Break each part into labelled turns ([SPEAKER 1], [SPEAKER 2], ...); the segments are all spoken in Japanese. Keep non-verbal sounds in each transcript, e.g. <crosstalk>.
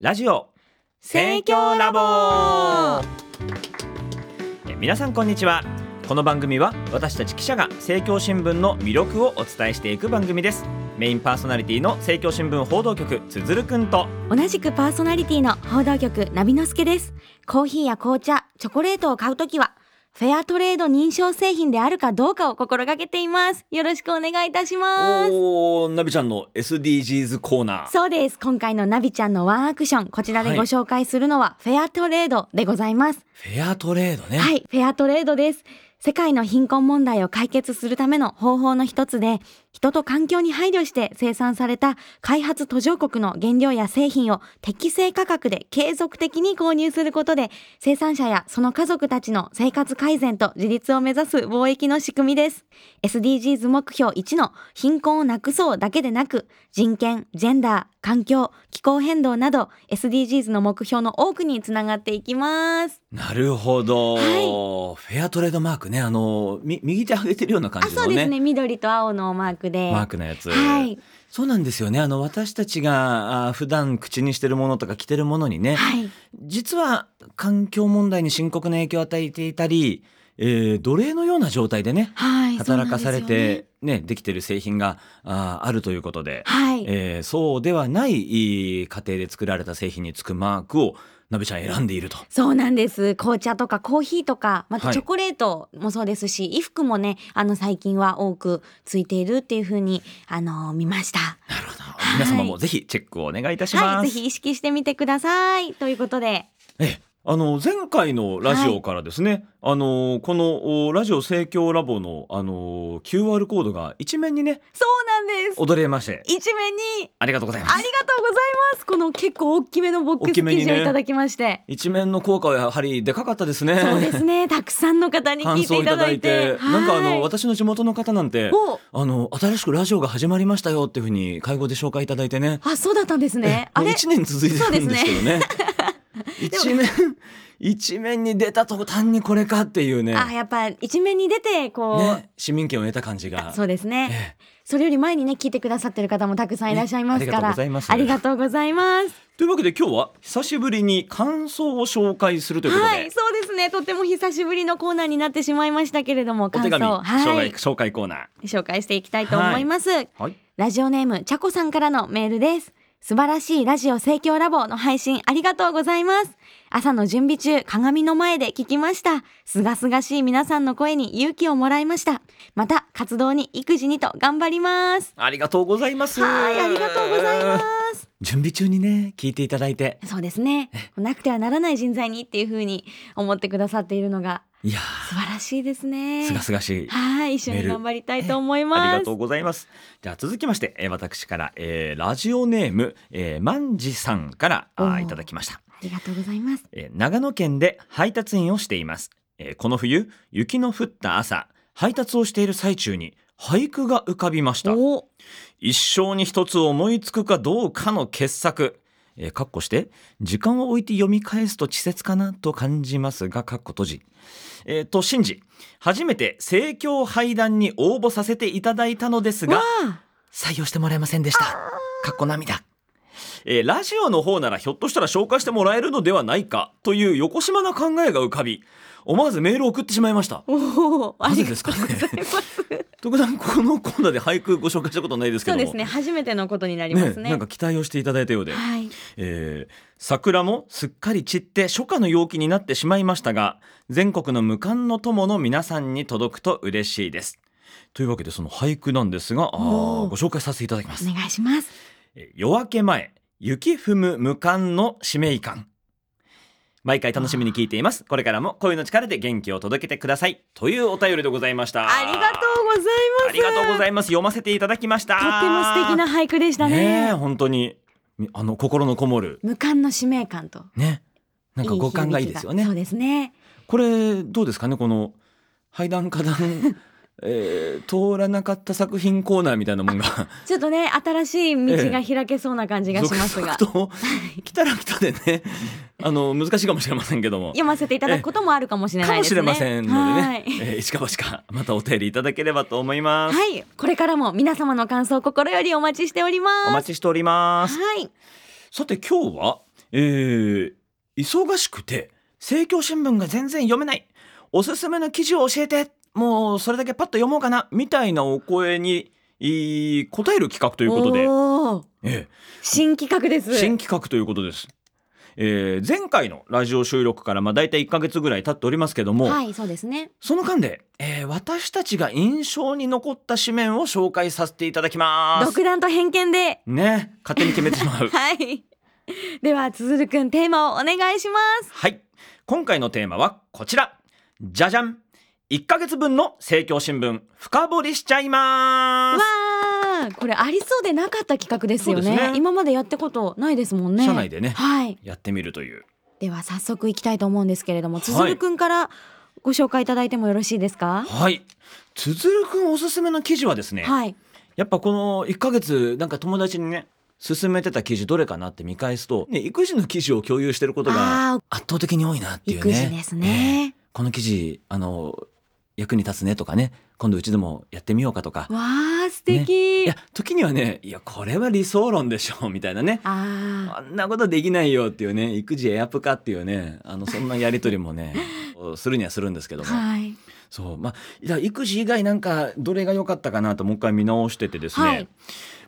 [SPEAKER 1] ラジオ
[SPEAKER 2] 生協ラボ
[SPEAKER 1] え皆さんこんにちはこの番組は私たち記者が政教新聞の魅力をお伝えしていく番組ですメインパーソナリティの政教新聞報道局つづるくんと
[SPEAKER 2] 同じくパーソナリティの報道局ナビノスケです。コーヒーや紅茶、チョコレートを買うときは、フェアトレード認証製品であるかどうかを心がけています。よろしくお願いいたします。
[SPEAKER 1] おーなびちゃんの SDGs コーナー
[SPEAKER 2] そうです。今回のナビちゃんのワンアクション、こちらでご紹介するのは、フェアトレードでございます。
[SPEAKER 1] フェアトレードね、
[SPEAKER 2] はい、フェアトレードです。世界の貧困問題を解決するための方法の一つで、人と環境に配慮して生産された開発途上国の原料や製品を適正価格で継続的に購入することで、生産者やその家族たちの生活改善と自立を目指す貿易の仕組みです。SDGs 目標1の貧困をなくそうだけでなく、人権、ジェンダー、環境、気候変動など SDGs の目標の多くにつながっていきます。
[SPEAKER 1] なるほど、
[SPEAKER 2] はい
[SPEAKER 1] フェアトレードマークねあのみ右手上げてるような感
[SPEAKER 2] あ、
[SPEAKER 1] じの
[SPEAKER 2] そうです
[SPEAKER 1] ね
[SPEAKER 2] ね。緑と青のマークで。
[SPEAKER 1] マークのやつ、
[SPEAKER 2] はい。
[SPEAKER 1] そうなんですよねあの私たちがあー普段口にしてるものとか着てるものにね、
[SPEAKER 2] はい。
[SPEAKER 1] 実は環境問題に深刻な影響を与えていたり、えー奴隷のような状態でね
[SPEAKER 2] はい。
[SPEAKER 1] 働かされ
[SPEAKER 2] そうなんですよね
[SPEAKER 1] てねできてる製品があーあるということで、
[SPEAKER 2] はい。
[SPEAKER 1] えーそうではないいい家庭で作られた製品につくマークをなべちゃん選んでいると。
[SPEAKER 2] そうなんです紅茶とかコーヒーとかま
[SPEAKER 1] は
[SPEAKER 2] た
[SPEAKER 1] い
[SPEAKER 2] チョコレートもそうですし、衣服もねあの最近は多くついているっていうふうにあの見ました
[SPEAKER 1] なるほど
[SPEAKER 2] はい
[SPEAKER 1] 皆様もぜひチェックをお願いいたします。
[SPEAKER 2] はいぜひ意識してみてくださいということで
[SPEAKER 1] ええあの前回のラジオからですね、あのこのおラジオ盛況ラボのあの QR コードが一面にね
[SPEAKER 2] そうなんです
[SPEAKER 1] 踊れまして
[SPEAKER 2] 一面に
[SPEAKER 1] ありがとうございま
[SPEAKER 2] ありがと
[SPEAKER 1] す。
[SPEAKER 2] うございますこの結構大きめのボック
[SPEAKER 1] 大
[SPEAKER 2] ス
[SPEAKER 1] き
[SPEAKER 2] 記
[SPEAKER 1] めにね
[SPEAKER 2] 事をいただきま
[SPEAKER 1] <laughs>
[SPEAKER 2] して、
[SPEAKER 1] 一面の効果はやはりでかかったですね。
[SPEAKER 2] そうですねたくさんの方に
[SPEAKER 1] <laughs> 感
[SPEAKER 2] 聞いて
[SPEAKER 1] 想
[SPEAKER 2] い
[SPEAKER 1] いた
[SPEAKER 2] ただ
[SPEAKER 1] だ
[SPEAKER 2] い
[SPEAKER 1] い
[SPEAKER 2] て
[SPEAKER 1] て、なんかあ
[SPEAKER 2] はい
[SPEAKER 1] の私の地元の方なんて、
[SPEAKER 2] お
[SPEAKER 1] あの新しくラジオが始まりましたよっていうふうに会合で紹介いただいてね、
[SPEAKER 2] あそうだったんで
[SPEAKER 1] <laughs>
[SPEAKER 2] すねあ
[SPEAKER 1] もう
[SPEAKER 2] れ
[SPEAKER 1] 一年続いてるんですけどね。 <laughs> 一面一面に出た途端にこれかっていうね、
[SPEAKER 2] あやっぱ一面に出てこう、
[SPEAKER 1] ね市民権を得た感じが。
[SPEAKER 2] そうですね、
[SPEAKER 1] ええ
[SPEAKER 2] それより前にね聞いてくださってる方もたくさんいらっしゃいますか
[SPEAKER 1] ねありがとう
[SPEAKER 2] ら、
[SPEAKER 1] ございます
[SPEAKER 2] ありがとうございます
[SPEAKER 1] というわけで今日は久しぶりに感想を紹介するということで、
[SPEAKER 2] はいそうですねとっても久しぶりのコーナーになってしまいましたけれども
[SPEAKER 1] お手
[SPEAKER 2] 感
[SPEAKER 1] 紙
[SPEAKER 2] 想
[SPEAKER 1] 紹介,、
[SPEAKER 2] はい
[SPEAKER 1] 紹介コーナ
[SPEAKER 2] 紹介していきたいと思います、
[SPEAKER 1] ー。はい。
[SPEAKER 2] ラジオネームちゃこさんからのメールです素晴らしいラジオ盛況ラボの配信ありがとうございます朝の準備中鏡の前で聞きましたすがすがしい皆さんの声に勇気をもらいましたまた活動に育児にと頑張ります
[SPEAKER 1] ありがとうございます。
[SPEAKER 2] はいありがとうございます。
[SPEAKER 1] 準備中にね聞いていただいて、
[SPEAKER 2] そうですね。なくてはならない人材にっていうふうに思ってくださっているのが
[SPEAKER 1] いや
[SPEAKER 2] 素晴らしいです
[SPEAKER 1] ー
[SPEAKER 2] ね。
[SPEAKER 1] すがすがしい。
[SPEAKER 2] はい、一緒に頑張りたいと思い
[SPEAKER 1] あり
[SPEAKER 2] ま
[SPEAKER 1] が
[SPEAKER 2] す
[SPEAKER 1] と。うございます。じゃあ続きまして、えー私から、えーラジオネーム、えー、万事さんからあ
[SPEAKER 2] お
[SPEAKER 1] ー
[SPEAKER 2] ー
[SPEAKER 1] いただきました。
[SPEAKER 2] ありがとうございます。
[SPEAKER 1] えー長野県で配達員をしています、えーこの冬雪の降った朝配達をしている最中に俳句が浮かびました
[SPEAKER 2] お
[SPEAKER 1] 一生に一つ思いつくかどうかの傑作えー、かっこして時間を置いて読み返すと稚拙かなと感じますがかっこ閉じ、えー、と信じ初めて盛況俳談に応募させていただいたのですが
[SPEAKER 2] わあ、
[SPEAKER 1] 採用してもらえませんでした。かっこ涙。えーラジオの方ならひょっとしたら紹介してもらえるのではないかという横島な考えが浮かび思わずメールを送ってしまいました。
[SPEAKER 2] おお、あ
[SPEAKER 1] な
[SPEAKER 2] り
[SPEAKER 1] ぜ
[SPEAKER 2] がと
[SPEAKER 1] で
[SPEAKER 2] う
[SPEAKER 1] すかね
[SPEAKER 2] ございます。 <laughs>
[SPEAKER 1] 特段このコーナーで俳句ご紹介したことないですけ
[SPEAKER 2] そ
[SPEAKER 1] ど
[SPEAKER 2] う
[SPEAKER 1] も
[SPEAKER 2] ですね、初めてのことになります
[SPEAKER 1] ね
[SPEAKER 2] ね。
[SPEAKER 1] なんか期待をしていただいたようで、
[SPEAKER 2] はい、
[SPEAKER 1] えー桜もすっかり散って初夏の陽気になってしまいましたが全国の無冠の友の皆さんに届くと嬉しいです。というわけでその俳句なんですがあー
[SPEAKER 2] おー
[SPEAKER 1] ご紹介させていただきます。
[SPEAKER 2] お願いします。
[SPEAKER 1] えー夜明け前雪踏む無冠の使命感毎回楽しみに聞いていますこれからも声の力で元気を届けてくださいというお便りでございました
[SPEAKER 2] ありがとうございます。
[SPEAKER 1] ありがとうござ
[SPEAKER 2] い
[SPEAKER 1] います読ませていただきました
[SPEAKER 2] とっても素敵な俳句でした
[SPEAKER 1] ねえ
[SPEAKER 2] ね。
[SPEAKER 1] 本当にみあの心のこもる
[SPEAKER 2] 無冠の使命感と。
[SPEAKER 1] ねなんか
[SPEAKER 2] いい
[SPEAKER 1] 五感がいいですよね
[SPEAKER 2] 響きがそうですね。
[SPEAKER 1] これどうですかねこの階段花壇 <laughs> えー通らなかった作品コーナーみたいなもんが
[SPEAKER 2] ちょっとね、新しい道が開けそうな感じがしますが。
[SPEAKER 1] 続々と来たら来たでねあの難しいかもしれませんけども
[SPEAKER 2] 読ませていただくこともあるかもしれな
[SPEAKER 1] か
[SPEAKER 2] い
[SPEAKER 1] も
[SPEAKER 2] です
[SPEAKER 1] し
[SPEAKER 2] ね。
[SPEAKER 1] れませんのでね、
[SPEAKER 2] はい。
[SPEAKER 1] えー、一か八かまたお便りいただければと思います、
[SPEAKER 2] はい、これからも皆様の感想を心よりお待ちしております。
[SPEAKER 1] お待ちしております
[SPEAKER 2] はい、
[SPEAKER 1] さて今日は、えー、忙しくて政教新聞が全然読めないおすすめの記事を教えてもうそれだけパッと読もうかなみたいなお声にえー答える企画と
[SPEAKER 2] と
[SPEAKER 1] いうことで、
[SPEAKER 2] で
[SPEAKER 1] え
[SPEAKER 2] 新企画です
[SPEAKER 1] え新企画ということです。えー前回のラジオ収録からまあ大体1ヶ月ぐらい経っておりますけども、
[SPEAKER 2] はいそうですね
[SPEAKER 1] その間で、えー私たちが印象に残った紙面を紹介させていただきます。
[SPEAKER 2] 独断と偏見で
[SPEAKER 1] ね勝手に決めてしまう。
[SPEAKER 2] はいではつづるくんテーマをお願いします
[SPEAKER 1] はい。今回のテーマはこちら。じゃじゃん。1ヶ月分の政教新聞深掘りしちゃいま
[SPEAKER 2] わ
[SPEAKER 1] す。
[SPEAKER 2] ーこれありそうでなかった企画ですよね
[SPEAKER 1] そうですね
[SPEAKER 2] 今までやったことないですもんね
[SPEAKER 1] 社内でね
[SPEAKER 2] はい
[SPEAKER 1] やってみるという。
[SPEAKER 2] では早速いきたいと思うんですけれども
[SPEAKER 1] はい
[SPEAKER 2] つづるくんからご紹介いただいてもよろしいですか
[SPEAKER 1] はい。つづるくんおすすめの記事はですね、
[SPEAKER 2] はい
[SPEAKER 1] やっぱこの1ヶ月なんか友達にね、勧めてた記事どれかなって見返すと、ね、育児の記事を共有してることが
[SPEAKER 2] ああ
[SPEAKER 1] 圧倒的に多いなっていうね。
[SPEAKER 2] 育児です
[SPEAKER 1] ええ
[SPEAKER 2] ね、
[SPEAKER 1] この記事、あの、役に立つねとかね、今度うちでもやってみようかとか。
[SPEAKER 2] わあ素敵、
[SPEAKER 1] いや、時にはね、いや、これは理想論でしょ、みたいなね。
[SPEAKER 2] あ
[SPEAKER 1] あんなことできないよっていうね育児エアプカっていうねあのそんなやり取りも
[SPEAKER 2] <laughs>
[SPEAKER 1] ねするにはするんですけ
[SPEAKER 2] あ
[SPEAKER 1] ども、
[SPEAKER 2] はい
[SPEAKER 1] そうまあだから育児以外なんかどれが良かったかなともう一回見直しててですね、
[SPEAKER 2] はい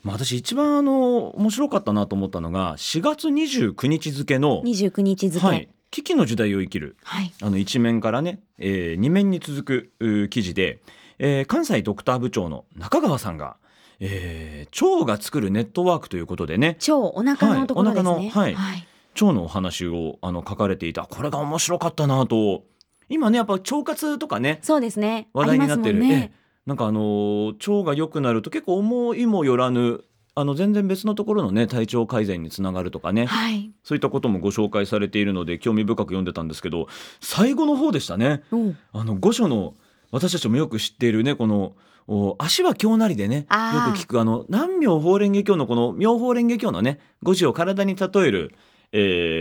[SPEAKER 1] まあ、私一番あの面白かったなと思ったのが4月29日付の
[SPEAKER 2] 29日
[SPEAKER 1] 「
[SPEAKER 2] 付
[SPEAKER 1] はい、危機の時代を生きる」
[SPEAKER 2] はい
[SPEAKER 1] あの一面からね、え2面に続くうー記事で、えー関西ドクター部長の中川さんが、えー腸が作るネットワークということでね
[SPEAKER 2] 腸お腹のところですね、
[SPEAKER 1] はいお腹のはい腸のお話をあの書かれていたこれが面白かったなと今ねやっぱ腸活とかね
[SPEAKER 2] そうですね
[SPEAKER 1] 話題になってる、
[SPEAKER 2] ありますもんね
[SPEAKER 1] ええなんかあのー腸が良くなると結構思いもよらぬあの全然別のところのね体調改善につながるとかね
[SPEAKER 2] はい
[SPEAKER 1] そういったこともご紹介されているので興味深く読んでたんですけど最後の方でしたね
[SPEAKER 2] うん
[SPEAKER 1] あの御所の私たちもよく知っているねこのお足は京なりでねよく
[SPEAKER 2] あー
[SPEAKER 1] 聞くあの南明法蓮華経のこの妙法蓮華経のね五字を体に例える、え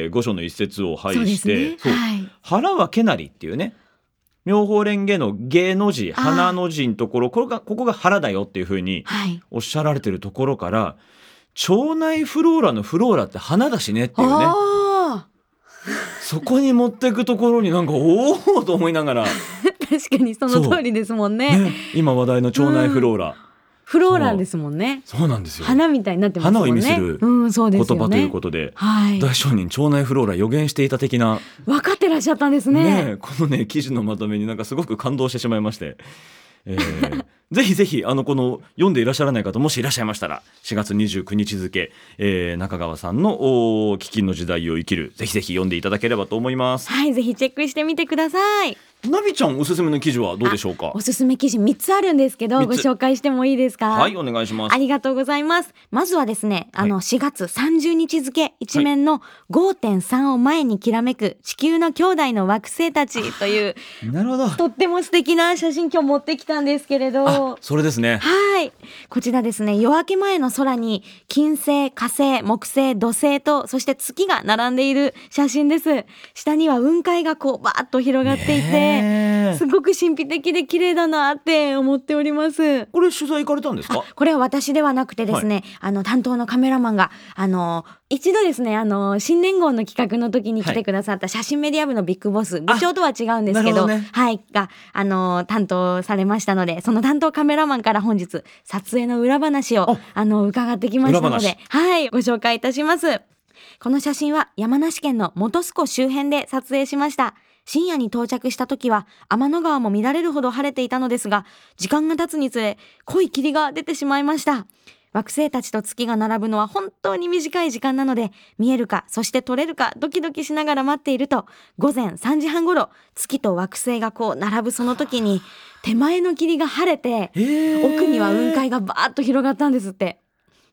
[SPEAKER 1] ー、御所の一節を拝
[SPEAKER 2] そうで
[SPEAKER 1] し
[SPEAKER 2] す
[SPEAKER 1] て、
[SPEAKER 2] ね
[SPEAKER 1] そう
[SPEAKER 2] はい
[SPEAKER 1] 腹はけなりっていうね妙法蓮華の芸の字
[SPEAKER 2] あー
[SPEAKER 1] 花の字のところこれがここが腹だよっていうふうに
[SPEAKER 2] はい
[SPEAKER 1] おっしゃられてるところから腸内フローラのフローラって花だしねっていうね
[SPEAKER 2] あ
[SPEAKER 1] そこに持っていくところになんかおおと思いながら。
[SPEAKER 2] ー <laughs> 確かにその通りですもんね
[SPEAKER 1] ね、今話題の腸内フローラ、
[SPEAKER 2] フローランですもんね
[SPEAKER 1] そうなんですよ
[SPEAKER 2] 花みたいになってますもんね
[SPEAKER 1] 花を意味する
[SPEAKER 2] うんそうで
[SPEAKER 1] 言
[SPEAKER 2] すよね
[SPEAKER 1] 葉ということで
[SPEAKER 2] はい
[SPEAKER 1] 大商人腸内フローラ予言していた的な、
[SPEAKER 2] 分かってらっしゃったんですね
[SPEAKER 1] ねこのね記事のまとめになんかすごく感動してしまいまして、え
[SPEAKER 2] <laughs>
[SPEAKER 1] ーぜひぜひあのこの読んでいらっしゃらない方もしいらっしゃいましたら4月29日付、えー中川さんの「おー飢饉の時代を生きる」ぜひぜひ読んでいただければと思います。
[SPEAKER 2] はいぜひチェックしてみてください
[SPEAKER 1] ナビちゃんおすすめの記事はどうでしょうか
[SPEAKER 2] おすすめ記事3つあるんですけど
[SPEAKER 1] 三つ
[SPEAKER 2] ご紹介してもいいですか
[SPEAKER 1] はいお願いします
[SPEAKER 2] あ。りがとうございます。まずはですね、あの、4月30日付一面の5.3を前にきらめく地球の兄弟の惑星たちという、
[SPEAKER 1] なるほど。
[SPEAKER 2] とっても素敵な写真今日持ってきたんですけれ
[SPEAKER 1] あ
[SPEAKER 2] ど、
[SPEAKER 1] それですね。
[SPEAKER 2] はい。こちらですね、夜明け前の空に金星、火星、木星、土星と、そして月が並んでいる写真です。下には雲海がこう、バーッと広がっていて、
[SPEAKER 1] ねえ
[SPEAKER 2] すごく神秘的で綺麗だなって思っております。
[SPEAKER 1] これ取材行かれたんですか
[SPEAKER 2] あこれは私ではなくてですね、あの担当のカメラマンがあの一度ですねあの新年号の企画の時に来
[SPEAKER 1] は
[SPEAKER 2] て
[SPEAKER 1] い
[SPEAKER 2] くださった写真メディア部のビッグボス、部長とは違うんです
[SPEAKER 1] な
[SPEAKER 2] けど
[SPEAKER 1] るほどね
[SPEAKER 2] はいがあの担当されましたのでその担当カメラマンから本日撮影の裏話を
[SPEAKER 1] あ
[SPEAKER 2] あの伺ってきましたの
[SPEAKER 1] 裏話
[SPEAKER 2] ではいご紹介いたします。この写真は山梨県の本栖湖周辺で撮影しました。深夜に到着した時は天の川も見られるほど晴れていたのですが、時間が経つにつれ濃い霧が出てしまいました。惑星たちと月が並ぶのは本当に短い時間なので、見えるか、そして撮れるかドキドキしながら待っていると、午前3時半頃、月と惑星がこう並ぶその時に、手前の霧が晴れて、奥
[SPEAKER 1] 奥
[SPEAKER 2] には雲海がバーッと広がったんですって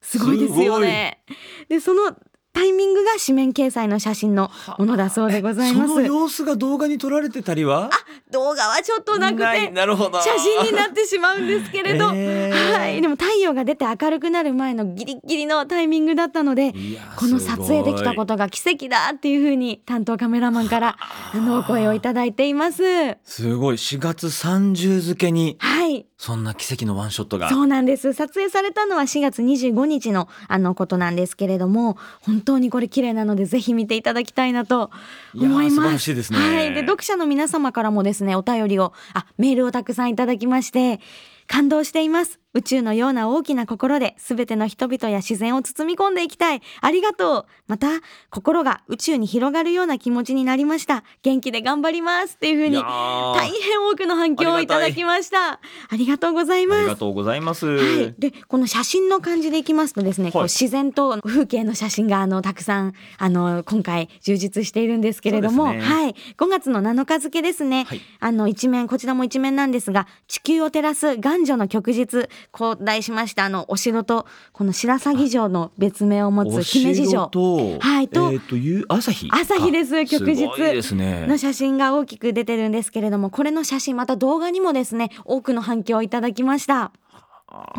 [SPEAKER 2] すごいですよねでそのタイミングが紙面掲載の写真のものだそうでございま
[SPEAKER 1] その
[SPEAKER 2] す
[SPEAKER 1] 様子が動画に撮られてたりは
[SPEAKER 2] 動画はちょっとなくて
[SPEAKER 1] いなるほど
[SPEAKER 2] 写真に
[SPEAKER 1] っ
[SPEAKER 2] なってしまうんですけれど、
[SPEAKER 1] えー
[SPEAKER 2] はいでも太陽が出て明るくなる前のギリギリのタイミングだったのでこの撮影できたこととが奇跡だっていうふうに担当カメラマンからあのお声をいただいています
[SPEAKER 1] すごい4月30付けに
[SPEAKER 2] はい
[SPEAKER 1] そんな奇跡のワンショットが
[SPEAKER 2] そうなんです撮影されたのは4月25日のあのことなんですけれども本当にこれ綺麗なのでぜひ見ていただきたいなと
[SPEAKER 1] いやー
[SPEAKER 2] 思い
[SPEAKER 1] 素晴
[SPEAKER 2] ま
[SPEAKER 1] ら
[SPEAKER 2] す
[SPEAKER 1] しいですね
[SPEAKER 2] はい、で読者の皆様からもですねお便りをあメールをたくさんいただきまして感動しています宇宙のような大きな心で全ての人々や自然を包み込んでいきたいありがとうまた心が宇宙に広がるような気持ちになりました元気で頑張りますっていうふう
[SPEAKER 1] い
[SPEAKER 2] に
[SPEAKER 1] やー
[SPEAKER 2] 大変多くの反響をいただきましたありがとうございま
[SPEAKER 1] あり
[SPEAKER 2] す
[SPEAKER 1] がとうございます、
[SPEAKER 2] はい、でこの写真の感じでいきますとですね、こう
[SPEAKER 1] はい
[SPEAKER 2] 自然と風景の写真があのたくさんあの今回充実しているんですけれども、
[SPEAKER 1] そうですね
[SPEAKER 2] はい、5月の7日付ですね、
[SPEAKER 1] はい
[SPEAKER 2] あの一面こちらも一面なんですが「地球を照らす元女の旭日」こう題しましたあのお城とこの白鷺城の別名を持つ
[SPEAKER 1] お
[SPEAKER 2] 姫路
[SPEAKER 1] 城
[SPEAKER 2] 城
[SPEAKER 1] と、
[SPEAKER 2] はいと
[SPEAKER 1] えーという朝日
[SPEAKER 2] 朝日です
[SPEAKER 1] あ
[SPEAKER 2] 旭日
[SPEAKER 1] すごいですね
[SPEAKER 2] の写真が大きく出てるんですけれどもこれの写真また動画にもですね多くの反響をいただきました。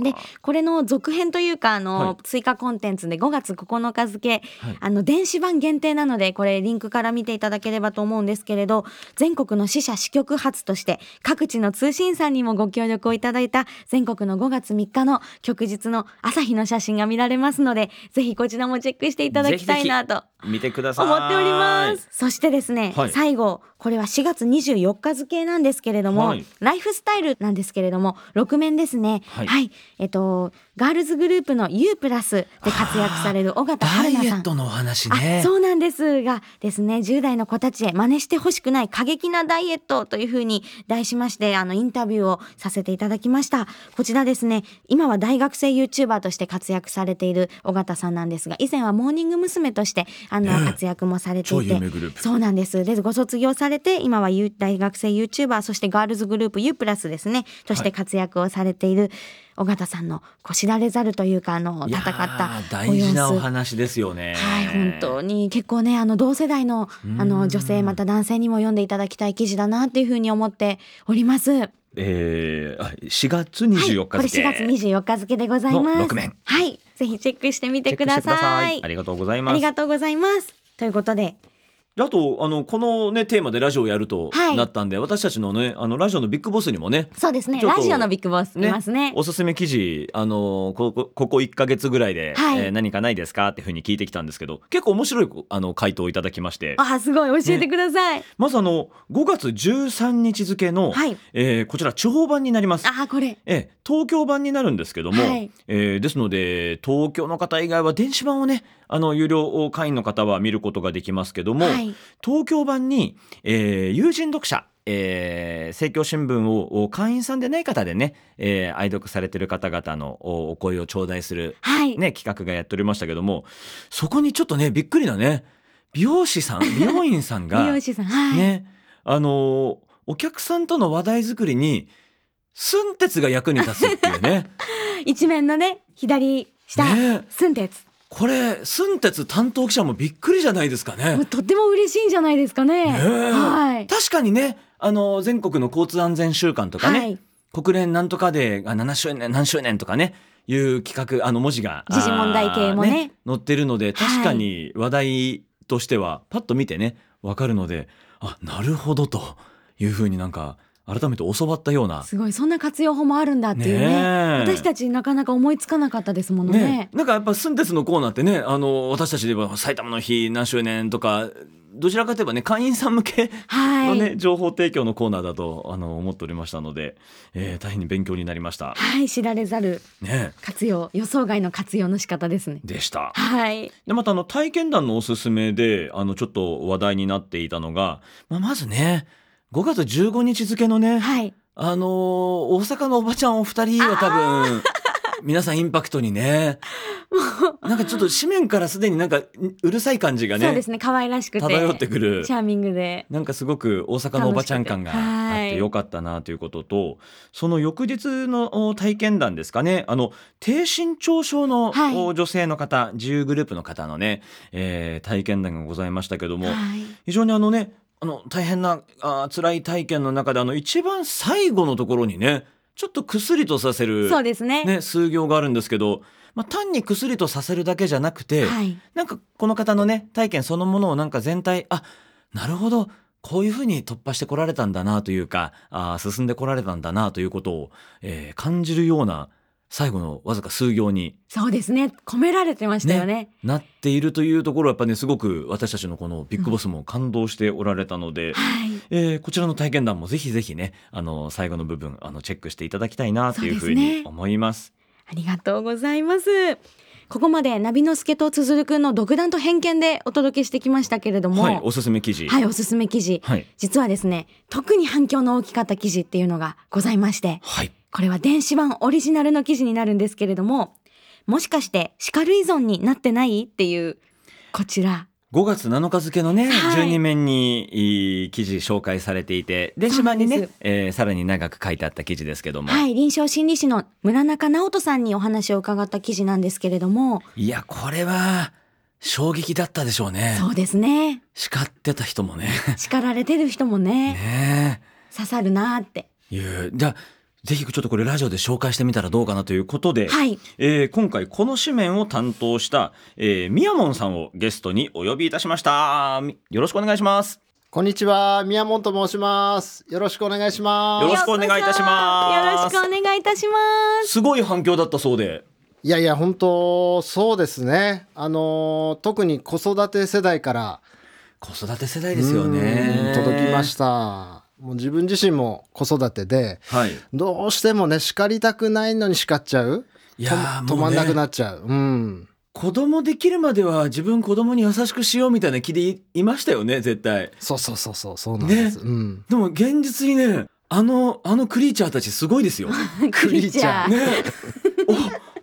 [SPEAKER 2] でこれの続編というかあの、
[SPEAKER 1] はい
[SPEAKER 2] 追加コンテンツで5月9日付、
[SPEAKER 1] はい
[SPEAKER 2] あの電子版限定なのでこれリンクから見ていただければと思うんですけれど全国の支社支局発として各地の通信さんにもご協力をいただいた全国の5月3日の旭日の朝日の写真が見られますのでぜひこちらもチェックしていただきたいなと
[SPEAKER 1] 見てください
[SPEAKER 2] 思っております。そしてですね、
[SPEAKER 1] はい
[SPEAKER 2] 最後これは4月24日付なんですけれども、
[SPEAKER 1] はい
[SPEAKER 2] ライフスタイルなんですけれども6面ですねは、
[SPEAKER 1] はいい
[SPEAKER 2] えっとガールズグループの U プラスで活躍される尾形
[SPEAKER 1] ダ
[SPEAKER 2] 春
[SPEAKER 1] イ
[SPEAKER 2] 菜
[SPEAKER 1] エ
[SPEAKER 2] さ
[SPEAKER 1] ッ
[SPEAKER 2] ん
[SPEAKER 1] トのお話
[SPEAKER 2] あ
[SPEAKER 1] ね
[SPEAKER 2] そうなんですがですね10代の子たちへ真似してほしくない過激なダイエットというふうに題しましてあのインタビューをさせていただきましたこちらですね今は大学生 YouTuber として活躍されている尾形さんなんですが以前はモーニング娘。としてあの
[SPEAKER 1] ねえ
[SPEAKER 2] 活躍もされてい
[SPEAKER 1] 超
[SPEAKER 2] て、
[SPEAKER 1] 有名グループ
[SPEAKER 2] そうなんですでご卒業されて今はゆ大学生 YouTuber そしてガールズグループ U プラスですねとして活躍をされている尾形さんのこう知られざるというかあの
[SPEAKER 1] いや
[SPEAKER 2] 戦った
[SPEAKER 1] ー大
[SPEAKER 2] ご様
[SPEAKER 1] 事
[SPEAKER 2] 子
[SPEAKER 1] なお話ですよね
[SPEAKER 2] はい、本当に結構ねあの同世代のあ
[SPEAKER 1] う
[SPEAKER 2] の
[SPEAKER 1] ん
[SPEAKER 2] 女性また男性にも読んでいただきたい記事だなっていうふうに思っております。はい、
[SPEAKER 1] えー、あ4月24
[SPEAKER 2] こ
[SPEAKER 1] 日
[SPEAKER 2] れ
[SPEAKER 1] 付、
[SPEAKER 2] 4月24日付でございま
[SPEAKER 1] の
[SPEAKER 2] す
[SPEAKER 1] 六面。
[SPEAKER 2] はい、ぜひチェックしてみ
[SPEAKER 1] チ
[SPEAKER 2] て
[SPEAKER 1] ェックし
[SPEAKER 2] くだ
[SPEAKER 1] てくだ
[SPEAKER 2] さ
[SPEAKER 1] さ
[SPEAKER 2] い。
[SPEAKER 1] いありがとうござい
[SPEAKER 2] あ
[SPEAKER 1] ま
[SPEAKER 2] り
[SPEAKER 1] す
[SPEAKER 2] がとうございます。ということで、
[SPEAKER 1] あとあのこのねテーマでラジオをやると
[SPEAKER 2] はい
[SPEAKER 1] なったんで、私たちのねあのラジオのビッグボスにもね
[SPEAKER 2] そうですね、
[SPEAKER 1] ちょっと
[SPEAKER 2] ラジオのビッグボスいますね。
[SPEAKER 1] おすすめ記事あのここここ1か月ぐらいで、
[SPEAKER 2] はい
[SPEAKER 1] えー何かないですかっていうふうに聞いてきたんですけど結構面白いあの回答をいただきまして
[SPEAKER 2] あ、すごい教えてください。
[SPEAKER 1] まずあの5月13日付の、
[SPEAKER 2] はい
[SPEAKER 1] えーこちら地方版になります。
[SPEAKER 2] あ、これ。
[SPEAKER 1] ええ東京版になるんですけども、
[SPEAKER 2] はい
[SPEAKER 1] えーですので東京の方以外は電子版をねあの有料会員の方は見ることができますけども、
[SPEAKER 2] はい
[SPEAKER 1] 東京版に、えー友人読者えー、政教新聞をお会員さんでない方でね、えー愛読されてる方々のおお声を頂戴する、
[SPEAKER 2] はい。
[SPEAKER 1] ね、企画がやっておりましたけどもそこにちょっとねびっくりなね美容師
[SPEAKER 2] <laughs>
[SPEAKER 1] さん美容院さんが
[SPEAKER 2] 美容師さん。はい。
[SPEAKER 1] ね、あのーお客さんとの話題作りに寸鉄が役に立つっていう
[SPEAKER 2] <laughs>
[SPEAKER 1] ね
[SPEAKER 2] 一面のね、左下、
[SPEAKER 1] ね
[SPEAKER 2] 寸鉄。
[SPEAKER 1] これ寸鉄担当記者もびっくりじゃないですかね。
[SPEAKER 2] もうとっても嬉しいんじゃないですかね。
[SPEAKER 1] ねえ
[SPEAKER 2] はい。
[SPEAKER 1] 確かにね、あのー全国の交通安全週間とかね、
[SPEAKER 2] はい
[SPEAKER 1] 国連なんとかであ7周年何周年とかねいう企画あの文字が
[SPEAKER 2] 時事問題系もね
[SPEAKER 1] あー載ってるので確かに話題としてはパッと見てねわかるのであなるほどというふうになんか改めて教わったような
[SPEAKER 2] すごいそんな活用法もあるんだっていうね
[SPEAKER 1] ねえ
[SPEAKER 2] 私たちなかなか思いつかなかったですものね
[SPEAKER 1] ねなんかやっぱ「寸鉄」のコーナーってねあの私たちで言えば「埼玉の日何周年」とかどちらかといえばね会員さん向け
[SPEAKER 2] はい、
[SPEAKER 1] のね、情報提供のコーナーだとあの思っておりましたので、えー大変に勉強になりました。
[SPEAKER 2] はい知られざる
[SPEAKER 1] ね
[SPEAKER 2] 活用予想外の活用の仕方ですね
[SPEAKER 1] でした。
[SPEAKER 2] はい
[SPEAKER 1] でまたあの体験談のおすすめであのちょっと話題になっていたのが、まあ、まずね5月15日付のね、
[SPEAKER 2] はい
[SPEAKER 1] あのー大阪のおばちゃんお二人は多分皆さんインパクトに
[SPEAKER 2] <laughs>
[SPEAKER 1] ねなんかちょっと紙面からすでになんかうるさい感じが
[SPEAKER 2] そうで
[SPEAKER 1] ね
[SPEAKER 2] すね可愛らしくて
[SPEAKER 1] 漂ってくる
[SPEAKER 2] チャーミングで
[SPEAKER 1] なんかすごく大阪のおばちゃん感が
[SPEAKER 2] 楽しくて
[SPEAKER 1] あ
[SPEAKER 2] は
[SPEAKER 1] っ
[SPEAKER 2] い
[SPEAKER 1] てよかったなということとその翌日のお体験談ですかねあの低身長症の
[SPEAKER 2] はい
[SPEAKER 1] お女性の方、自由グループの方のね、えー体験談がございましたけども
[SPEAKER 2] はい
[SPEAKER 1] 非常にあのねあの大変なあー辛い体験の中であの一番最後のところにねちょっと薬とさせる
[SPEAKER 2] そうですね
[SPEAKER 1] ね、数行があるんですけど、まあ、単に薬とさせるだけじゃなくて、
[SPEAKER 2] はい
[SPEAKER 1] なんかこの方のね体験そのものをなんか全体あなるほどこういうふうに突破してこられたんだなというかあー進んでこられたんだなということを、えー感じるような最後のわずか数行に
[SPEAKER 2] そうですね込められてましたよね
[SPEAKER 1] なっているというところはやっぱねすごく私たちのこのビッグボスも感動しておられたので、
[SPEAKER 2] はい
[SPEAKER 1] えーこちらの体験談もぜひぜひねあの最後の部分あのチェックしていただきたいなというふう
[SPEAKER 2] そうです
[SPEAKER 1] に
[SPEAKER 2] ね
[SPEAKER 1] 思います。
[SPEAKER 2] ありがとうございます。ここまでナビの助とつづるくんの独断と偏見でお届けしてきましたけれども、
[SPEAKER 1] は、
[SPEAKER 2] はいい、
[SPEAKER 1] おすすめ記事、
[SPEAKER 2] おすすめ記事。
[SPEAKER 1] はい
[SPEAKER 2] 実はですね、特に反響の大きかった記事っていうのがございまして、
[SPEAKER 1] はい
[SPEAKER 2] これは電子版オリジナルの記事になるんですけれども、もしかして叱る依存になってないっていう、こちら。
[SPEAKER 1] 5月7日付のね、
[SPEAKER 2] はい
[SPEAKER 1] 12面にいい記事紹介されていて電子版に
[SPEAKER 2] そう
[SPEAKER 1] ね
[SPEAKER 2] なんで、
[SPEAKER 1] えーさらに長く書いてあった記事ですけども、
[SPEAKER 2] はい、臨床心理士の村中直人さんにお話を伺った記事なんですけれども、
[SPEAKER 1] い、やこれは衝撃だったでしょうね
[SPEAKER 2] そうですね。
[SPEAKER 1] 叱ってた人もね
[SPEAKER 2] 叱られてる人も <laughs> ね、
[SPEAKER 1] ね
[SPEAKER 2] 刺さるなーって。
[SPEAKER 1] えいうじゃあぜひちょっとこれラジオで紹介してみたらどうかなということで、
[SPEAKER 2] はい。
[SPEAKER 1] えー今回この紙面を担当した、えー、みやもんさんをゲストにお呼びいたしましたみよろしくお願いします
[SPEAKER 3] こんにちは、宮本と申します。よろしくお願いします。
[SPEAKER 1] よろしくお願いいたします
[SPEAKER 2] よろしくお願いいたします。
[SPEAKER 1] すごい反響だったそうで
[SPEAKER 3] いやいや、本当そうですね。あのー特に子育て世代から
[SPEAKER 1] 子育て世代ですよね
[SPEAKER 3] うん届きました。もう自分自身も子育てで、
[SPEAKER 1] はい
[SPEAKER 3] どうしてもね叱りたくないのに叱っちゃう。
[SPEAKER 1] いやー
[SPEAKER 3] と止まんな
[SPEAKER 1] も
[SPEAKER 3] く
[SPEAKER 1] うね
[SPEAKER 3] なっちゃう。うん。
[SPEAKER 1] 子供できるまでは自分子供に優しくしようみたいな気でいいましたよね絶対
[SPEAKER 3] そうそうそうそうそうなんです。うん。
[SPEAKER 1] でも現実にねあのあのクリーチャーたちすごいですよね
[SPEAKER 3] クリーチャー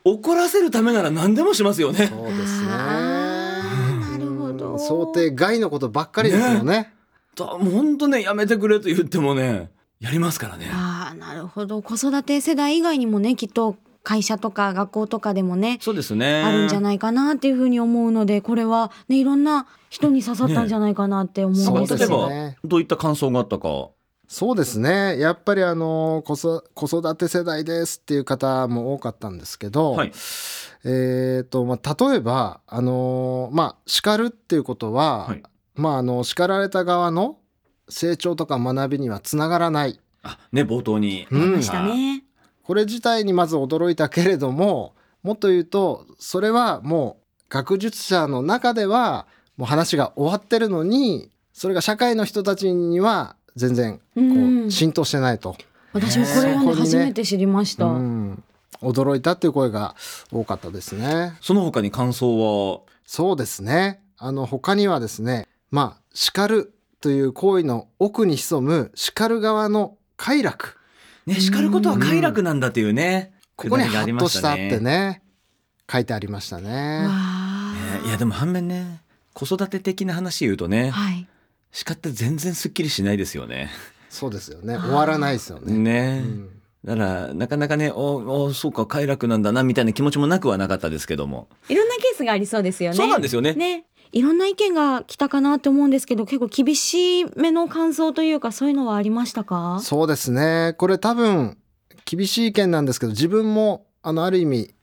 [SPEAKER 1] お怒らせるためなら何でもしますよね
[SPEAKER 3] そうですね。
[SPEAKER 2] あーなるほど
[SPEAKER 3] うん想定外のことばっかりですよね
[SPEAKER 1] だもうほんとねやめてくれと言ってもねやりますからね
[SPEAKER 2] ああ、なるほど。子育て世代以外にもね、きっと会社とか学校とかでもね、
[SPEAKER 1] そうですね
[SPEAKER 2] あるんじゃないかなっていうふうに思うので、これはね、いろんな人に刺さったんじゃないかなって思うん
[SPEAKER 3] そう
[SPEAKER 2] で
[SPEAKER 3] ですす
[SPEAKER 1] 例え
[SPEAKER 2] けど。
[SPEAKER 1] ば
[SPEAKER 3] ね。
[SPEAKER 1] どういった感想があったか。
[SPEAKER 3] そうですねやっぱりあの子そ子育て世代ですっていう方も多かったんですけど、
[SPEAKER 1] はい
[SPEAKER 3] えーとまあ、例えばあの、まあ、叱るっていうことは、
[SPEAKER 1] はい
[SPEAKER 3] まあ、あの叱られた側の成長とか学びにはつながらない
[SPEAKER 1] あ、ね、冒頭に。
[SPEAKER 3] うん
[SPEAKER 2] ありましたね。
[SPEAKER 3] これ自体にまず驚いたけれどももっと言うとそれはもう学術者の中ではもう話が終わってるのにそれが社会の人たちには全然
[SPEAKER 2] う
[SPEAKER 3] こ
[SPEAKER 2] ん
[SPEAKER 3] う。浸透してないと。
[SPEAKER 2] 私もこれはね、
[SPEAKER 3] ね
[SPEAKER 2] 初めて知りました。
[SPEAKER 3] うん、驚いたっていう声が多かったですね。
[SPEAKER 1] その他に感想は。
[SPEAKER 3] そうですね。あの他にはですね、まあ叱るという行為の奥に潜む叱る側の快楽、
[SPEAKER 1] ね、叱ることは快楽なんだというね。
[SPEAKER 3] ここに
[SPEAKER 1] くだり
[SPEAKER 3] ハッ
[SPEAKER 1] がありま
[SPEAKER 3] と
[SPEAKER 1] し
[SPEAKER 3] した
[SPEAKER 1] た
[SPEAKER 3] って
[SPEAKER 1] ね。
[SPEAKER 3] ね書いてありましたね。
[SPEAKER 2] わー
[SPEAKER 1] ねいや、でも反面ね。子育て的な話言うとね、
[SPEAKER 2] はい。
[SPEAKER 1] 叱って全然すっきりしないですよね。
[SPEAKER 3] そうですよね。終わらないですよね。う
[SPEAKER 1] ね、
[SPEAKER 3] ん
[SPEAKER 1] だから、なかなかね、お、お、そうか、快楽なんだなみたいな気持ちもなくはなかったですけども。
[SPEAKER 2] いろんなケースがありそうですよね。
[SPEAKER 1] そうなんですよね。
[SPEAKER 2] ね、いろんな意見が来たかなって思うんですけど、結構厳しめの感想というか、そういうのはありましたか。
[SPEAKER 3] そうですね。これ多分厳しい意見なんですけど、自分もあのある意味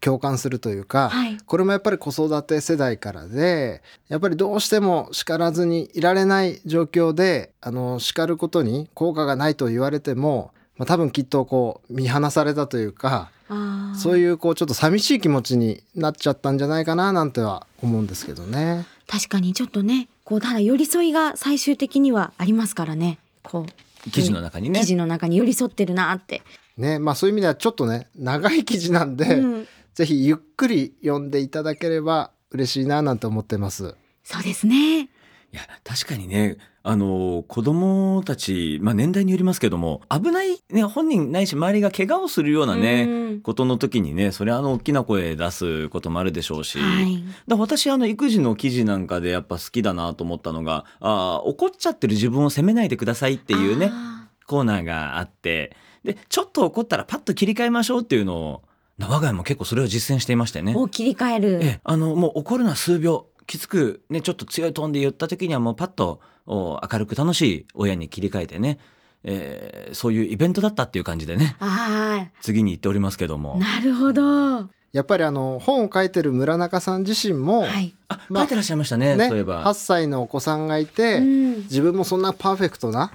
[SPEAKER 3] 共感するというか、
[SPEAKER 2] はい。
[SPEAKER 3] これもやっぱり子育て世代からでやっぱりどうしても叱らずにいられない状況であの叱ることに効果がないと言われても、まあ、多分きっとこう見放されたというか
[SPEAKER 2] ああ。
[SPEAKER 3] そういうこうちょっと寂しい気持ちになっちゃったんじゃないかななんては思うんですけどね。
[SPEAKER 2] 確かにちょっとね、こうただ寄り添いが最終的にはありますからね。こう
[SPEAKER 1] 記事の中にね
[SPEAKER 2] 記。事の中に寄り添ってるなって。
[SPEAKER 3] ねまあ、そういう意味ではちょっとね長い記事なんで、
[SPEAKER 2] うん。
[SPEAKER 3] ぜひゆっくり読んでいただければ嬉しいななんて思ってます。
[SPEAKER 2] そうですね。
[SPEAKER 1] いや、確かにね、あの、子供たち、まあ年代によりますけども、危ない、ね、本人ないし周りが怪我をするようなね、
[SPEAKER 2] うん
[SPEAKER 1] ことの時にねそれあの大きな声出すこともあるでしょうし、
[SPEAKER 2] はい。
[SPEAKER 1] だから私あの育児の記事なんかでやっぱ好きだなと思ったのがあー怒っちゃってる自分を責めないでくださいっていうね
[SPEAKER 2] あ
[SPEAKER 1] コーナーがあってでちょっと怒ったらパッと切り替えましょうっていうのをな我が家も結構それを実践していましてね
[SPEAKER 2] ー。。を切り替える。
[SPEAKER 1] ええあのもう怒るのは数秒きつくねちょっと強いトーンで言った時にはもうパッとお明るく楽しい親に切り替えてね、えーそういうイベントだったっていう感じでね
[SPEAKER 2] あ
[SPEAKER 1] 次に行っておりますけど
[SPEAKER 2] あ。
[SPEAKER 1] も。
[SPEAKER 2] なるほど。
[SPEAKER 3] やっぱりあの本を書いてる村中さん自身も、
[SPEAKER 2] はい。
[SPEAKER 1] あ、
[SPEAKER 3] まあ
[SPEAKER 1] 書いてらっしゃいましたね。
[SPEAKER 3] ね、
[SPEAKER 1] そういえば。
[SPEAKER 3] 8歳のお子さんがいて、
[SPEAKER 2] うん。
[SPEAKER 3] 自分もそんなパーフェクトな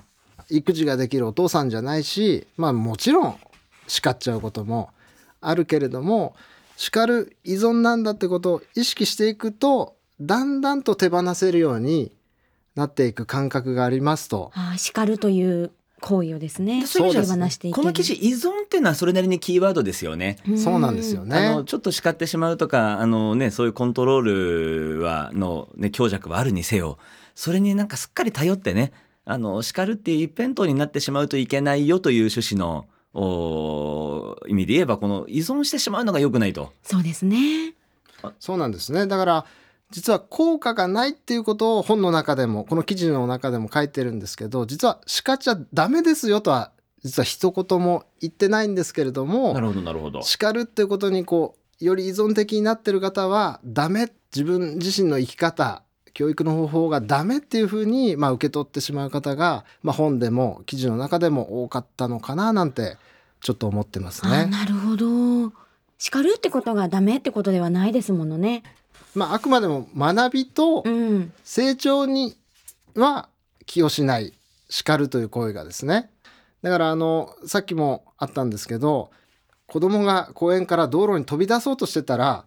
[SPEAKER 3] 育児ができるお父さんじゃないしまあもちろん叱っちゃうこともあるけれども叱る依存なんだってことを意識していくとだんだんと手放せるようになっていく感覚がありますと
[SPEAKER 2] あー叱るという行為をですね。
[SPEAKER 1] そうです
[SPEAKER 2] 手放していけ
[SPEAKER 1] こ
[SPEAKER 2] る
[SPEAKER 1] の記事、依存っていうのはそれなりにキーワードですよね。
[SPEAKER 3] そうなんですよ。
[SPEAKER 1] あの
[SPEAKER 3] ね。
[SPEAKER 1] ちょっと叱ってしまうとかあの、ね、そういうコントロールはの、ね、強弱はあるにせよそれになんかすっかり頼ってねあの叱るっていう一辺倒になってしまうといけないよという趣旨のおー意味で言えばこの依存してしまうのが良くないと。
[SPEAKER 2] そうですね。
[SPEAKER 3] そうなんですねだから実は効果がないっていうことを本の中でもこの記事の中でも書いてるんですけど実は叱っちゃダメですよとは実は一言も言ってないんですけれども
[SPEAKER 1] なるほどなるほど。
[SPEAKER 3] 叱るっていうことにこうより依存的になってる方はダメ自分自身の生き方教育の方法がダメっていうふうに、まあ、受け取ってしまう方が、まあ、本でも記事の中でも多かったのかななんてちょっと思ってます
[SPEAKER 2] あー
[SPEAKER 3] ね。
[SPEAKER 2] なるほど。叱るってことがダメってことではないですものね。
[SPEAKER 3] まあ、あくまでも学びと
[SPEAKER 2] うん。
[SPEAKER 3] 成長には寄与しない叱るという行為がですねだからあのさっきもあったんですけど子供が公園から道路に飛び出そうとしてたら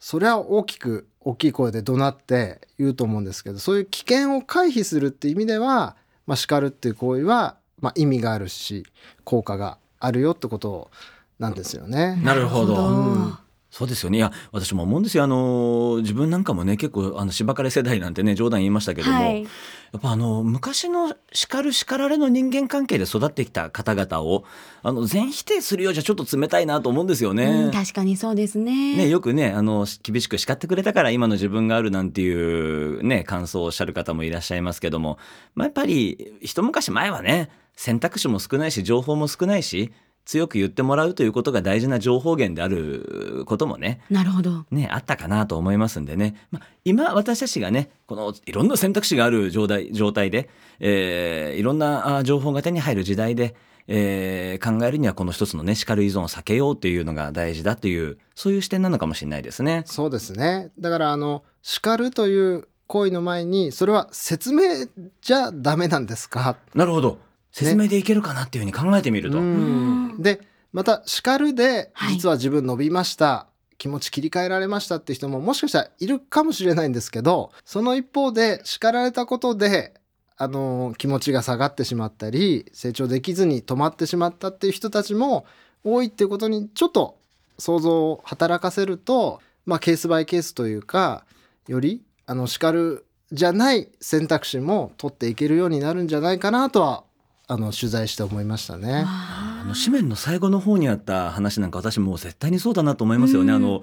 [SPEAKER 3] それは大きく大きい声で怒鳴って言うと思うんですけどそういう危険を回避するって意味では、まあ、叱るっていう行為は、まあ、意味があるし効果があるよってことなんですよね。
[SPEAKER 1] なるほど
[SPEAKER 3] うん
[SPEAKER 1] そうですよね。いや、私も思うんですよ。あの、自分なんかもね、結構、あの、芝刈り世代なんてね、冗談言いましたけども、
[SPEAKER 2] はい
[SPEAKER 1] やっぱあの、昔の叱る叱られの人間関係で育ってきた方々を、あの、全否定するようじゃちょっと冷たいなと思うんですよね。
[SPEAKER 2] うん確かにそうですね。
[SPEAKER 1] ね、よくね、あの、し厳しく叱ってくれたから今の自分があるなんていうね、感想をおっしゃる方もいらっしゃいますけども、まあ、やっぱり、一昔前はね、選択肢も少ないし、情報も少ないし、強く言ってもらうということが大事な情報源であることもね、
[SPEAKER 2] なるほど。
[SPEAKER 1] ね、あったかなと思いますんでね、まあ、今私たちがねこのいろんな選択肢がある状態状態で、えーいろんなあ情報が手に入る時代で、えー考えるにはこの一つのね叱る依存を避けようというのが大事だというそういう視点なのかもしれないですね。
[SPEAKER 3] そうですね。だからあの叱るという行為の前にそれは説明じゃダメなんですか。
[SPEAKER 1] なるほど説明でいけるかなっていうふうに考えてみると、
[SPEAKER 2] ん
[SPEAKER 3] でまた叱るで
[SPEAKER 2] はい
[SPEAKER 3] 実は自分伸びました、気持ち切り替えられましたって人ももしかしたらいるかもしれないんですけどその一方で叱られたことであの気持ちが下がってしまったり成長できずに止まってしまったっていう人たちも多いっていうことにちょっと想像を働かせると、まあ、ケースバイケースというかよりあの叱るじゃない選択肢も取っていけるようになるんじゃないかなとはあの取材して思いましたね。
[SPEAKER 1] あ
[SPEAKER 2] あ
[SPEAKER 1] の紙面の最後の方にあった話なんか私もう絶対にそうだなと思いますよね。
[SPEAKER 2] うん
[SPEAKER 1] あの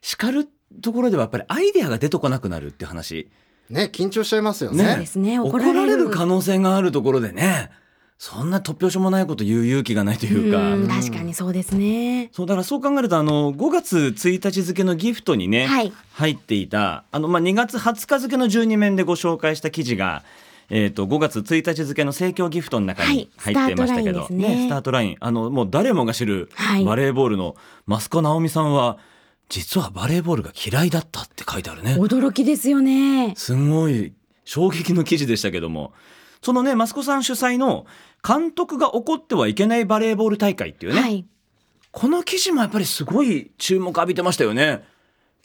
[SPEAKER 1] 叱るところではやっぱりアイデアが出てこなくなるっていう話。
[SPEAKER 3] ね緊張しちゃいますよ
[SPEAKER 2] ー
[SPEAKER 3] ね
[SPEAKER 2] そう
[SPEAKER 1] ね
[SPEAKER 2] ですね。
[SPEAKER 1] 怒
[SPEAKER 2] 怒
[SPEAKER 1] られ
[SPEAKER 2] られ
[SPEAKER 1] る
[SPEAKER 2] る
[SPEAKER 1] 可能性があるところでねそんな突拍子もないこと言う勇気がないというか、
[SPEAKER 2] ん確かにそうですね。
[SPEAKER 1] そうだからそう考えるとあの5月1日付のギフトにね、
[SPEAKER 2] はい。
[SPEAKER 1] 入っていたあの、まあ、2月20日付の12面でご紹介した記事が、えー、と5月1日付の盛況ギフトの中に
[SPEAKER 2] は
[SPEAKER 1] 入
[SPEAKER 2] い
[SPEAKER 1] っていましたけど、
[SPEAKER 2] スタートラインですね
[SPEAKER 1] スタートラインあのもう誰もが知る
[SPEAKER 2] はい
[SPEAKER 1] バレーボールの益子直美さんは実はバレーボールが嫌いだったって書いてあるね。
[SPEAKER 2] 驚きですよね。
[SPEAKER 1] すごい衝撃の記事でしたけども。そのね、益子さん主催の監督が怒ってはいけないバレーボール大会っていうね、
[SPEAKER 2] はい。
[SPEAKER 1] この記事もやっぱりすごい注目浴びてましたよね。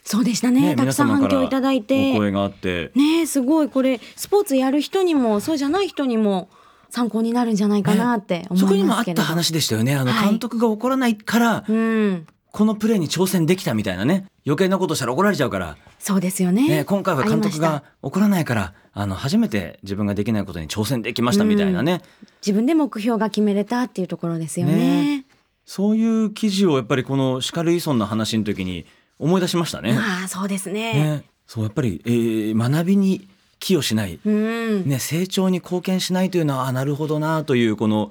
[SPEAKER 2] そうでしたね。たくさん反響いただい
[SPEAKER 1] お
[SPEAKER 2] て。
[SPEAKER 1] 声があって。
[SPEAKER 2] ねえすごいこれスポーツやる人にもそうじゃない人にも参考になるんじゃないかなって思
[SPEAKER 1] そこ
[SPEAKER 2] い
[SPEAKER 1] にも
[SPEAKER 2] ま
[SPEAKER 1] あ
[SPEAKER 2] す
[SPEAKER 1] っ
[SPEAKER 2] けれ
[SPEAKER 1] た
[SPEAKER 2] ど。
[SPEAKER 1] 話でしたよね。あの、
[SPEAKER 2] はい
[SPEAKER 1] 監督が怒らないから、
[SPEAKER 2] うん。
[SPEAKER 1] このプレーに挑戦できたみたいなね。余計なことしたら怒られちゃうから。
[SPEAKER 2] そうですよね。
[SPEAKER 1] ね、今回は監督
[SPEAKER 2] ありま
[SPEAKER 1] が
[SPEAKER 2] し
[SPEAKER 1] 怒らないから、あの、初めて自分ができないことに挑戦できましたみたいなね。
[SPEAKER 2] た自分で目標が決めれたっていうところですよね。
[SPEAKER 1] そういう記事をやっぱりこの叱る依存の話の時に思い出しましたね。
[SPEAKER 2] まあそうですね。
[SPEAKER 1] ね、そうやっぱり、えー学びに寄与しない、
[SPEAKER 2] うん。
[SPEAKER 1] ね、成長に貢献しないというのはあなるほどなというこの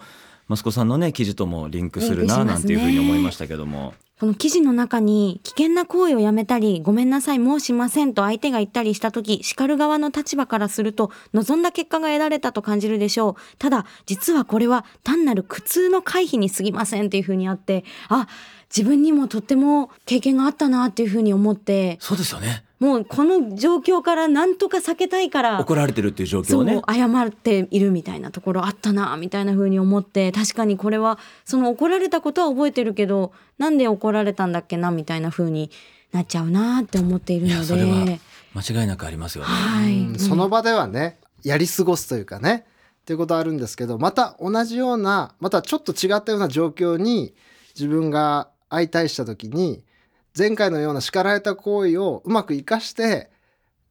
[SPEAKER 1] 益子さんのね記事ともリンクする
[SPEAKER 2] リンク
[SPEAKER 1] な
[SPEAKER 2] しま
[SPEAKER 1] な
[SPEAKER 2] すね
[SPEAKER 1] んていうふうに思いましたけども、
[SPEAKER 2] この記事の中に危険な行為をやめたり、ごめんなさい、もうしませんと相手が言ったりしたとき、叱る側の立場からすると、望んだ結果が得られたと感じるでしょう。ただ、実はこれは単なる苦痛の回避に過ぎませんっていうふうにあって、あ、自分にもとっても経験があったなっていうふうに思って
[SPEAKER 1] そうですよね
[SPEAKER 2] もうこの状況からなんとか避けたいから
[SPEAKER 1] 怒られてるっていう状況
[SPEAKER 2] そ
[SPEAKER 1] を
[SPEAKER 2] う
[SPEAKER 1] ね
[SPEAKER 2] 謝っているみたいなところあったなみたいな風に思って確かにこれはその怒られたことは覚えてるけどなんで怒られたんだっけなみたいな風になっちゃうなって思っている
[SPEAKER 1] い
[SPEAKER 2] の
[SPEAKER 1] や
[SPEAKER 2] で
[SPEAKER 1] それは間違いなくありますよね
[SPEAKER 2] はい、
[SPEAKER 3] うんその場ではねやり過ごすというかねっていうことあるんですけどまた同じようなまたちょっと違ったような状況に自分が相対した時に前回のような叱られた行為をうまく活かして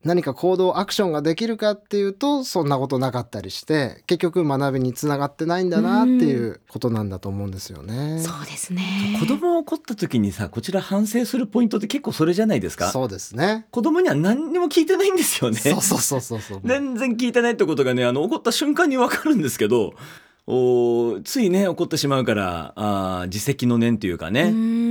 [SPEAKER 3] 何か行動アクションができるかっていうとそんなことなかったりして結局学びにつながってないんだなっていうことなんだと思うんですよね。
[SPEAKER 2] そうですね
[SPEAKER 1] 子供怒った時にさこちら反省するポイントって結構それじゃないですか
[SPEAKER 3] そうですね。
[SPEAKER 1] 子供には何にも聞いてないんですよね
[SPEAKER 3] そうそうそうそう
[SPEAKER 2] <laughs>
[SPEAKER 3] そう。
[SPEAKER 1] 全然聞いてないってことがねあの怒った瞬間に分かるんですけどおーついね怒ってしまうからあー自責の念というかね、
[SPEAKER 2] うん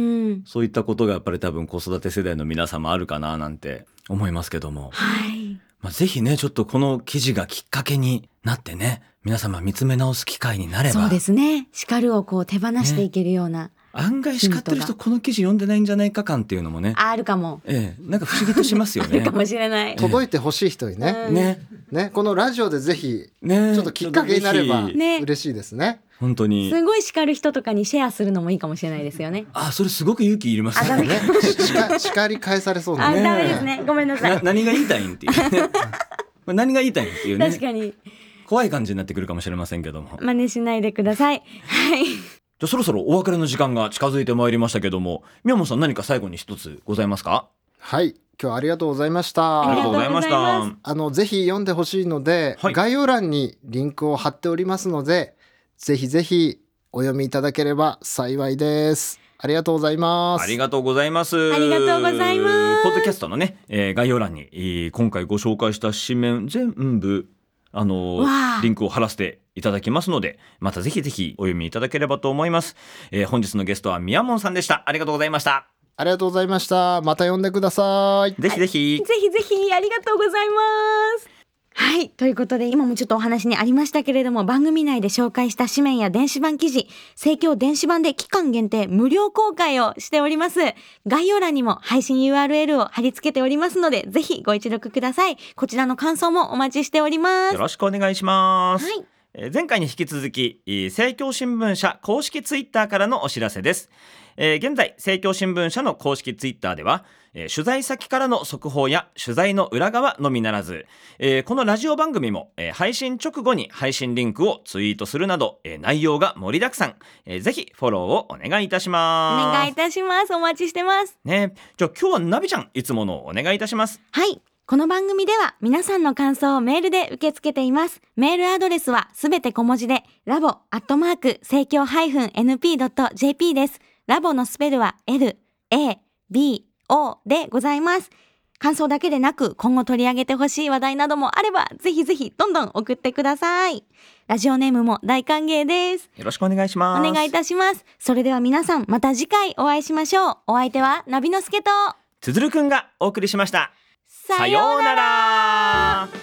[SPEAKER 1] そういったことがやっぱり多分子育て世代の皆様あるかななんて思いますけども、
[SPEAKER 2] はい
[SPEAKER 1] まあ、ぜひねちょっとこの記事がきっかけになってね皆様見つめ直す機会になれ
[SPEAKER 2] そう
[SPEAKER 1] ば
[SPEAKER 2] ですね叱るをこう手放していけるような、
[SPEAKER 1] 案外叱ってる
[SPEAKER 2] ヒント
[SPEAKER 1] 人この記事読んでないんじゃないか感っていうのもね、
[SPEAKER 2] あるかも
[SPEAKER 1] ええ、なんか不思議としますよ
[SPEAKER 2] <laughs> ある
[SPEAKER 1] ね
[SPEAKER 2] か。もしれない、
[SPEAKER 3] 届いてほしい人にね、
[SPEAKER 2] うん
[SPEAKER 1] ね
[SPEAKER 3] ね、このラジオでぜひ
[SPEAKER 1] ね
[SPEAKER 3] ちょっときっかけになれば
[SPEAKER 1] ぜひ
[SPEAKER 2] ね
[SPEAKER 3] 嬉しいですね。
[SPEAKER 1] 本当に
[SPEAKER 2] すごい叱る人とかにシェアするのもいいかもしれないですよね
[SPEAKER 1] あそれすごく勇気いりますよね。
[SPEAKER 3] ね、叱叱り返されそうな
[SPEAKER 2] あ、
[SPEAKER 1] ねえ
[SPEAKER 2] ダメですねごめんなさい
[SPEAKER 1] な何が言いたいんっていう
[SPEAKER 2] <laughs>
[SPEAKER 1] ねまあ何が言いたいんっていう
[SPEAKER 2] 確
[SPEAKER 1] ね
[SPEAKER 2] かに
[SPEAKER 1] 怖い感じになってくるかもしれませんけどもじゃ
[SPEAKER 2] 真似しないでください。はい。
[SPEAKER 1] あそろそろお別れの時間が近づいてまいりましたけども宮本さん何か最後に一つございますか
[SPEAKER 3] はい、今日はありがとうございまし
[SPEAKER 2] ありが
[SPEAKER 3] た。
[SPEAKER 2] とうございました
[SPEAKER 1] ありがとうございま
[SPEAKER 3] あのぜひ読んでほしいので、
[SPEAKER 1] はい
[SPEAKER 3] 概要欄にリンクを貼っておりますので、ぜひぜひお読みいただければ幸いです。ありがとうございます。
[SPEAKER 1] ありがとうございます。
[SPEAKER 2] ありがとうございます
[SPEAKER 1] ポッドキャストのね、えー概要欄に、えー今回ご紹介した紙面全部あのー
[SPEAKER 2] わあ
[SPEAKER 1] リンクを貼らせていただきますので、またぜひぜひお読みいただければと思います。えー本日のゲストは宮門さんでした。ありがとうございました。
[SPEAKER 3] ありがとうございました。また読んでください。
[SPEAKER 1] ぜひぜひ。
[SPEAKER 2] ぜひぜひありがとうございます。はい。ということで、今もちょっとお話にありましたけれども、番組内で紹介した紙面や電子版記事、盛況電子版で期間限定無料公開をしております。概要欄にも配信 URL を貼り付けておりますので、ぜひご一読ください。こちらの感想もお待ちしております。
[SPEAKER 1] よ
[SPEAKER 2] は
[SPEAKER 1] ろしくお願いします。
[SPEAKER 2] い。
[SPEAKER 1] えー前回に引き続き、えー政教新聞社公式ツイッターからのお知らせです。えー現在、政教新聞社の公式ツイッターでは、えー取材先からの速報や取材の裏側のみならず、えーこのラジオ番組も、えー配信直後に配信リンクをツイートするなど、えー内容が盛りだくさん、えーぜひフォローをお願いいたし
[SPEAKER 2] お
[SPEAKER 1] ます。
[SPEAKER 2] 願いいたします。お待ちしてます。
[SPEAKER 1] ね、じゃあ今日はナビちゃん、いつものをお願いいたします。
[SPEAKER 2] はい。この番組では皆さんの感想をメールで受け付けています。メールアドレスはすべて小文字で、ラボアットマーク、生協 -np.jp です。ラボのスペルは L、A、B、O でございます。感想だけでなく、今後取り上げてほしい話題などもあれば、ぜひぜひどんどん送ってください。ラジオネームも大歓迎です。
[SPEAKER 1] よろしくお願いしま
[SPEAKER 2] お
[SPEAKER 1] す。
[SPEAKER 2] 願いいたします。それでは皆さん、また次回お会いしましょう。お相手は、ナビのすけと、
[SPEAKER 1] つづるくんがお送りしました。
[SPEAKER 2] さ
[SPEAKER 1] さようなら